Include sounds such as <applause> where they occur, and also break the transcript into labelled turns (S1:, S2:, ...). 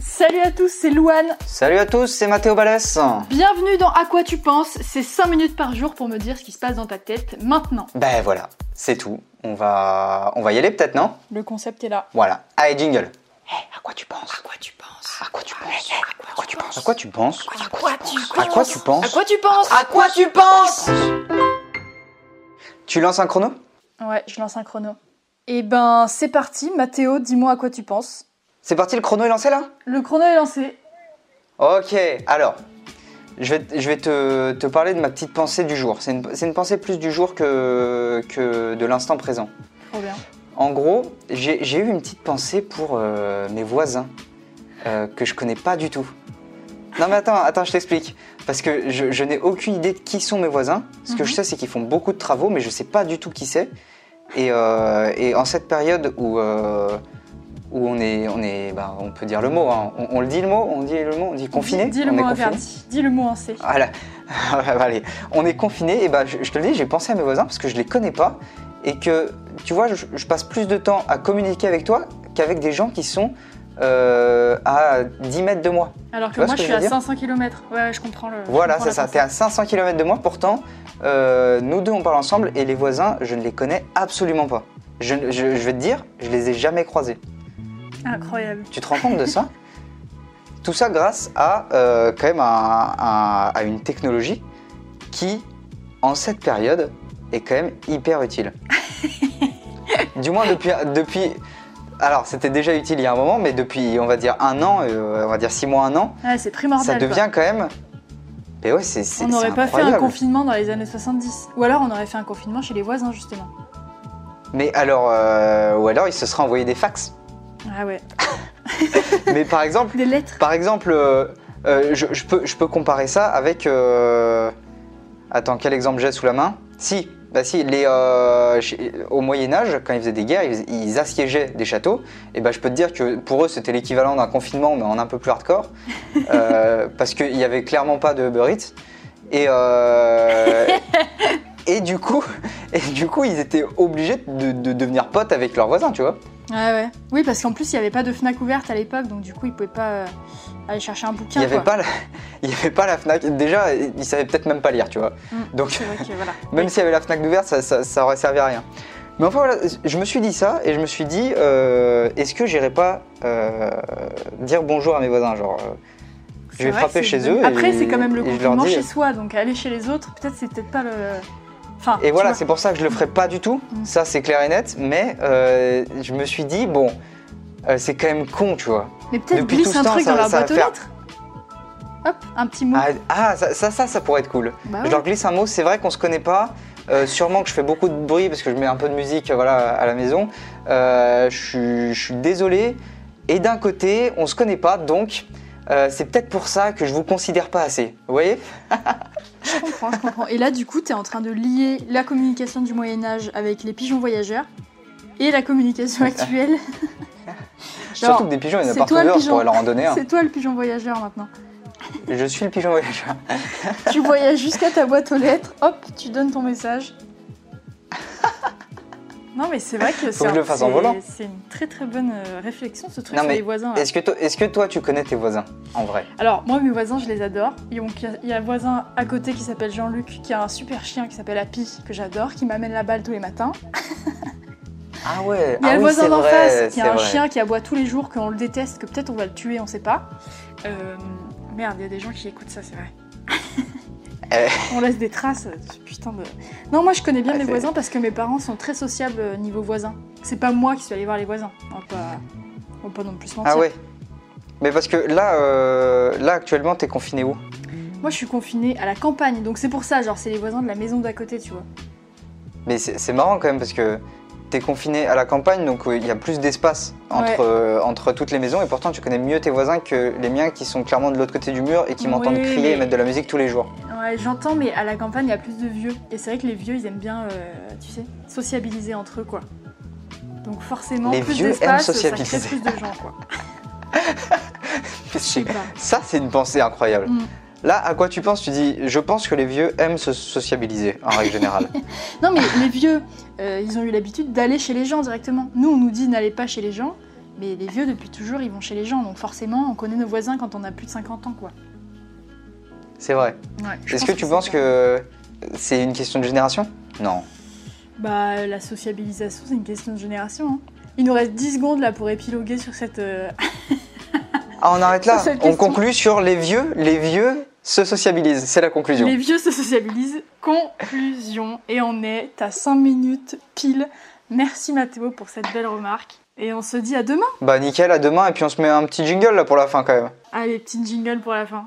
S1: Salut à tous, c'est Louane.
S2: Salut à tous, c'est Mathéo Balès.
S1: Bienvenue dans À quoi tu penses C'est 5 minutes par jour pour me dire ce qui se passe dans ta tête maintenant.
S2: Ben voilà, c'est tout. On va, on va y aller peut-être, non
S1: Le concept est là.
S2: Voilà. Allez, jingle. Hé, Eh, à quoi tu penses
S3: quoi tu penses
S2: À quoi tu penses À quoi tu penses À quoi tu penses
S3: À quoi tu
S2: À quoi tu penses
S1: À quoi tu penses
S2: À quoi tu penses Tu lances un chrono
S1: Ouais, je lance un chrono. Eh ben, c'est parti. Mathéo, dis-moi à quoi tu penses.
S2: C'est parti, le chrono est lancé là
S1: Le chrono est lancé.
S2: Ok, alors, je vais, je vais te, te parler de ma petite pensée du jour. C'est une, c'est une pensée plus du jour que, que de l'instant présent.
S1: Trop bien.
S2: En gros, j'ai j'ai eu une petite pensée pour euh, mes voisins euh, que je connais pas du tout. Non mais attends, attends, je t'explique. Parce que je, je n'ai aucune idée de qui sont mes voisins. Ce
S1: Mhm.
S2: que je sais, c'est qu'ils font beaucoup de travaux, mais je sais pas du tout qui c'est. Et, euh, et en cette période où, euh, où on est, on est, bah, on peut dire le mot. hein. On, on le dit le mot, on dit le mot, on dit confiné.
S1: Dis, dis le
S2: on est
S1: mot
S2: confiné. Ah,
S1: interdit. Dis le mot en C.
S2: <laughs> Voilà. Voilà, bah, allez. On est confiné et bah, je, je te le dis, j'ai pensé à mes voisins parce que je les connais pas et que tu vois, je, je passe plus de temps à communiquer avec toi qu'avec des gens qui sont euh, à 10 mètres de moi.
S1: Alors que
S2: vois
S1: moi,
S2: ce
S1: je suis
S2: que je veux
S1: à
S2: dire
S1: 500 km. Ouais, ouais, je comprends le. je
S2: Voilà,
S1: comprends
S2: c'est
S1: la
S2: ça.
S1: pensée.
S2: T'es à 500 km de moi, pourtant, euh, nous deux, on parle ensemble et les voisins, je ne les connais absolument pas. Je, ne- je- je vais te dire, je les ai jamais croisés.
S1: Incroyable.
S2: Tu te rends compte de ça Tout ça grâce à euh, quand même à, à- à une technologie qui, en cette période, est quand même
S1: <laughs>
S2: hyper utile. du moins depuis, depuis. Alors, c'était déjà utile il y a un moment, mais depuis, on va dire un an, euh, on va dire six mois, un an,
S1: Ouais, c'est primordial.
S2: ça
S1: quoi.
S2: devient quand même. Mais ouais, c'est c'est-
S1: On
S2: c'est
S1: n'aurait pas fait un
S2: incroyable.
S1: confinement dans les années 70. Ou alors on aurait fait un confinement chez les voisins, justement.
S2: Mais alors, euh, ou alors, il se serait envoyé
S1: <laughs>
S2: des fax.
S1: Ah ouais.
S2: mais par exemple.
S1: Des lettres.
S2: Par exemple, euh, euh, je, je peux, je peux comparer ça avec. euh, Attends, quel exemple j'ai sous la main Si, bah si, les, euh, chez- au Moyen-Âge, quand ils faisaient des guerres, ils, ils assiégeaient des châteaux. Et bah, je peux te dire que pour eux, c'était l'équivalent d'un confinement, mais en un peu plus hardcore. euh, parce qu'il n'y avait clairement pas de Uber Eats. Et, euh, et, du coup, et du coup, ils étaient obligés de, de devenir potes avec leurs voisins, tu vois.
S1: Ah ouais. Oui, parce qu'en plus, il n'y avait pas de Fnac ouverte à l'époque, donc du coup, ils pouvaient pas euh, aller chercher un
S2: Il
S1: bouquin.
S2: n'y avait,
S1: quoi.
S2: pas la- <laughs> il y avait pas la FNAC. Déjà, ils savaient peut-être même pas lire, tu vois.
S1: Mm.
S2: Donc, <laughs>
S1: C'est vrai que voilà.
S2: même s'il y avait la FNAC d'ouvert, ça, ça, ça aurait servi à rien. Mais enfin, voilà, je me suis dit ça et je me suis dit, euh, est-ce que j'irai pas euh, dire bonjour à mes voisins genre, euh,
S1: C'est
S2: vais
S1: vrai
S2: frapper
S1: que c'est
S2: chez
S1: une bonne-
S2: eux et-
S1: Après, c'est quand même le
S2: et je leur
S1: confinement
S2: dis-
S1: chez soi, donc aller chez les autres, peut-être c'est peut-être pas le. Enfin.
S2: Et
S1: tu
S2: voilà,
S1: vois.
S2: c'est pour ça que je le ferai pas du tout.
S1: Mm.
S2: Ça, c'est clair et net. Mais euh, je me suis dit, bon, euh, c'est quand même con, tu vois.
S1: Mais peut-être
S2: depuis
S1: glisse
S2: tout ce
S1: un
S2: temps,
S1: truc
S2: ça-
S1: dans leur
S2: ça va
S1: boîte aux
S2: faire-
S1: lettres. Hop, un petit mot.
S2: Ah, ah, ça, ça, ça, ça pourrait être cool.
S1: Bah
S2: Je
S1: ouais.
S2: leur glisse un mot, c'est vrai qu'on se connaît pas. euh, sûrement que je fais beaucoup de bruit parce que je mets un peu de musique euh, voilà, à la maison. Euh, je, suis- je suis désolé. Et d'un côté, on se connaît pas, donc euh, c'est peut-être pour ça que je vous considère pas assez. Vous voyez
S1: Je comprends, je comprends. Et là, du coup, t'es en train de lier la communication du Moyen-Âge avec les pigeons voyageurs et la
S2: <laughs>
S1: communication actuelle. Genre, <laughs>
S2: Surtout que des pigeons, il y en a
S1: c'est
S2: partout
S1: toi le
S2: dehors, je
S1: pigeon.
S2: pourrais leur
S1: <laughs>
S2: en donner un.
S1: C'est toi le pigeon voyageur maintenant.
S2: Je suis le pigeon voyageur.
S1: tu voyages jusqu'à ta boîte aux lettres, hop, tu donnes ton message. Non mais c'est vrai que c'est
S2: que je le
S1: un-
S2: fasse en
S1: c'est-
S2: volant.
S1: C'est une très très bonne euh, réflexion ce truc
S2: Non,
S1: sur
S2: mais
S1: les voisins. là.
S2: Est-ce que, toi- est-ce que toi, tu connais tes voisins En vrai
S1: Alors moi mes voisins je les adore. Et donc, Il y a- il y a un voisin à côté qui s'appelle Jean-Luc qui a un super chien qui s'appelle Happy que j'adore qui m'amène la balle tous les matins.
S2: Ah ouais
S1: Il y a
S2: ah
S1: le
S2: oui,
S1: voisin
S2: c'est
S1: d'en
S2: vrai,
S1: face qui
S2: c'est
S1: a un
S2: vrai.
S1: chien qui aboie tous les jours, qu'on le déteste, que peut-être on va le tuer, on sait pas. Euh, merde, il y a des gens qui écoutent ça, c'est vrai.
S2: <laughs> Eh.
S1: on laisse des traces, euh, ce putain de. Non, moi je connais bien
S2: Ah,
S1: mes
S2: c'est-
S1: voisins parce que mes parents sont très sociables euh, niveau voisin. C'est pas moi qui suis allée voir les voisins. On va pas, on va pas non plus se mentir.
S2: Ah ouais Mais parce que là, euh, là actuellement, t'es confiné où
S1: Moi je suis confinée à la campagne, donc c'est pour ça, genre c'est les voisins de la maison d'à côté, tu vois.
S2: Mais c'est c'est marrant quand même parce que t'es confiné à la campagne, donc euh, il y a plus d'espace entre,
S1: Ouais.
S2: euh, entre toutes les maisons et pourtant tu connais mieux tes voisins que les miens qui sont clairement de l'autre côté du mur et qui
S1: Oui,
S2: m'entendent crier
S1: mais-
S2: et mettre de la musique tous les jours.
S1: Ouais, j'entends, mais à la campagne il y a plus de vieux. Et c'est vrai que les vieux ils aiment bien, euh, tu sais, sociabiliser entre eux quoi. Donc forcément,
S2: Les
S1: plus
S2: vieux aiment
S1: d'espace, ça crée
S2: sociabiliser.
S1: plus de gens quoi. <laughs> Je sais pas.
S2: Ça, c'est une pensée incroyable.
S1: Mm.
S2: Là, à quoi tu penses Tu dis, je pense que les vieux aiment se sociabiliser en
S1: <laughs>
S2: règle générale.
S1: Non mais les vieux, euh, ils ont eu l'habitude d'aller chez les gens directement. Nous on nous dit n'allez pas chez les gens. Mais les vieux, depuis toujours, ils vont chez les gens. Donc forcément, on connaît nos voisins quand on a plus de 50 ans, quoi.
S2: C'est vrai.
S1: Ouais, je
S2: Est-ce
S1: pense
S2: que tu
S1: c'est
S2: penses
S1: ça.
S2: que c'est une question de génération Non.
S1: Bah, la sociabilisation, c'est une question de génération. hein. Il nous reste 10 secondes là pour épiloguer sur cette. euh,
S2: Ah, on arrête là.
S1: Cette
S2: On
S1: question.
S2: conclut sur les vieux. Les vieux se sociabilisent. C'est la conclusion.
S1: Les vieux se sociabilisent. Conclusion. Et on est à 5 minutes pile. Merci Mathéo pour cette belle remarque. Et on se dit à demain.
S2: Bah nickel, à demain et puis on se met un petit jingle là pour la fin quand même.
S1: Allez, petite jingle pour la fin.